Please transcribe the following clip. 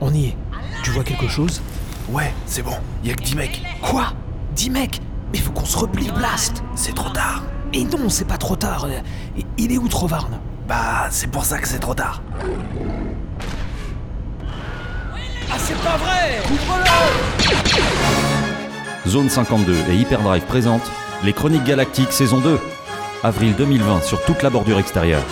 on y est. Tu vois quelque chose Ouais, c'est bon, y a que 10 mecs. Quoi 10 mecs Mais faut qu'on se replie, Blast C'est trop tard Et non, c'est pas trop tard Euh, Il est où Trovarne Bah, c'est pour ça que c'est trop tard. Zone 52 et Hyperdrive présentent les Chroniques Galactiques saison 2, avril 2020 sur toute la bordure extérieure.